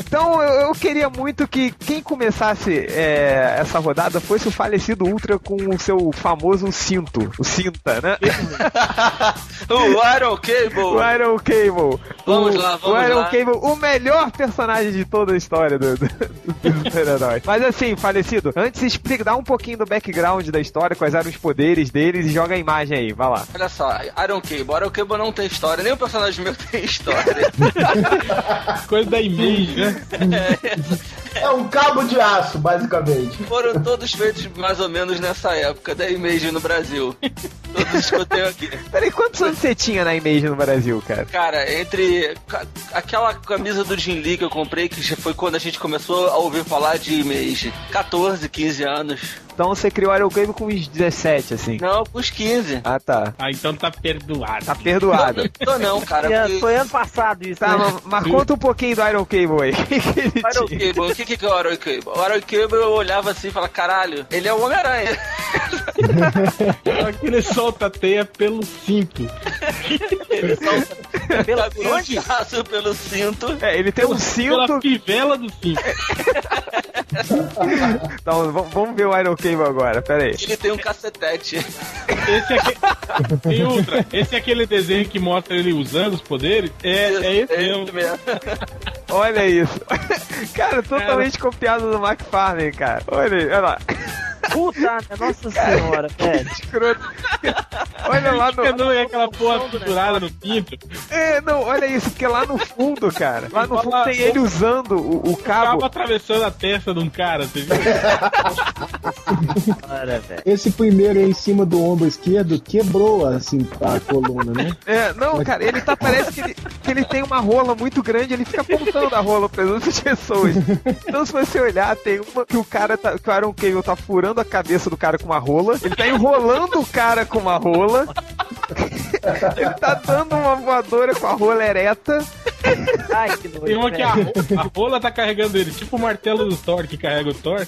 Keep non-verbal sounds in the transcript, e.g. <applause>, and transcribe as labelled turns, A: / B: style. A: Então eu, eu queria muito que quem começasse é, essa rodada fosse o falecido Ultra com o seu famoso cinto, o cinta, né?
B: o Iron Cable.
A: <laughs> O Iron Cable.
B: Vamos
A: o,
B: lá, vamos
A: O Iron
B: lá.
A: Cable, o melhor personagem de toda a história do, do,
B: <laughs>
A: do super-herói. Mas assim, falecido, antes explica, dá um pouquinho do background da história, quais eram os poderes deles e joga a imagem aí, vai lá.
B: Olha só, Iron Cable. Iron Cable não tem história, nem o personagem meu tem história.
C: Coisa da imagem, né?
D: É um cabo de aço, basicamente.
B: Foram todos feitos mais ou menos nessa época da Image no Brasil. Todos os que eu tenho aqui.
A: Peraí, quantos anos você tinha na Image no Brasil, cara?
B: Cara, entre ca- aquela camisa do Jim Lee que eu comprei, que já foi quando a gente começou a ouvir falar de Image, 14, 15 anos.
A: Então você criou o Iron Cable com uns 17, assim.
B: Não, com os 15.
A: Ah, tá.
C: Ah, então tá perdoado.
A: Tá perdoado.
B: Tô não, cara. porque-
E: Foi ano passado isso.
A: Tá,
E: né?
A: mas, mas conta um pouquinho do Iron Cable aí. <laughs> Que ele
B: Iron
A: tinha.
B: Cable, o que que é o Iron Cable? O Iron Cable eu olhava assim e falava, caralho, ele é o Homem-Aranha.
C: Só que ele solta a teia pelo cinto.
B: Ele solta <laughs> pela braço, pelo cinto.
A: É, ele tem um
C: Pela
A: cinto.
C: fivela do cinto.
A: Então, v- vamos ver o Iron Cable agora, peraí.
B: Ele tem um cacetete.
C: Esse é aquele... Ei, Ultra, esse é aquele desenho que mostra ele usando os poderes. É, é esse mesmo.
B: mesmo.
A: Olha isso. <laughs> cara, totalmente copiado do McFarlane, cara. Olha aí, olha lá.
E: Puta, minha
A: <laughs>
E: nossa senhora, velho.
A: Escroto. Olha lá no.
C: <laughs> Não é aquela porra pendurada no cinto.
A: É, não, olha isso, porque lá no fundo, cara. Lá no fundo
C: Fala-
A: tem ele usando o, o
C: Acaba
A: cabo.
C: atravessando a testa de um cara, você viu?
E: Cara, velho.
F: Esse primeiro aí em cima do ombro esquerdo quebrou assim a coluna, né?
A: É, não, cara, ele tá. Parece que ele, que ele tem uma rola muito grande, ele fica apontando a rola para outras pessoas. Então, se você olhar, tem uma que o cara tá. Que o Aaron Cable tá furando a cabeça do cara com uma rola. Ele tá enrolando o cara com uma rola. <laughs> Ele tá dando uma voadora com a rola ereta.
E: Ai, que nojo.
C: Tem uma que a,
E: velho.
C: ro- a rola tá carregando ele, tipo o martelo do Thor que carrega o Thor.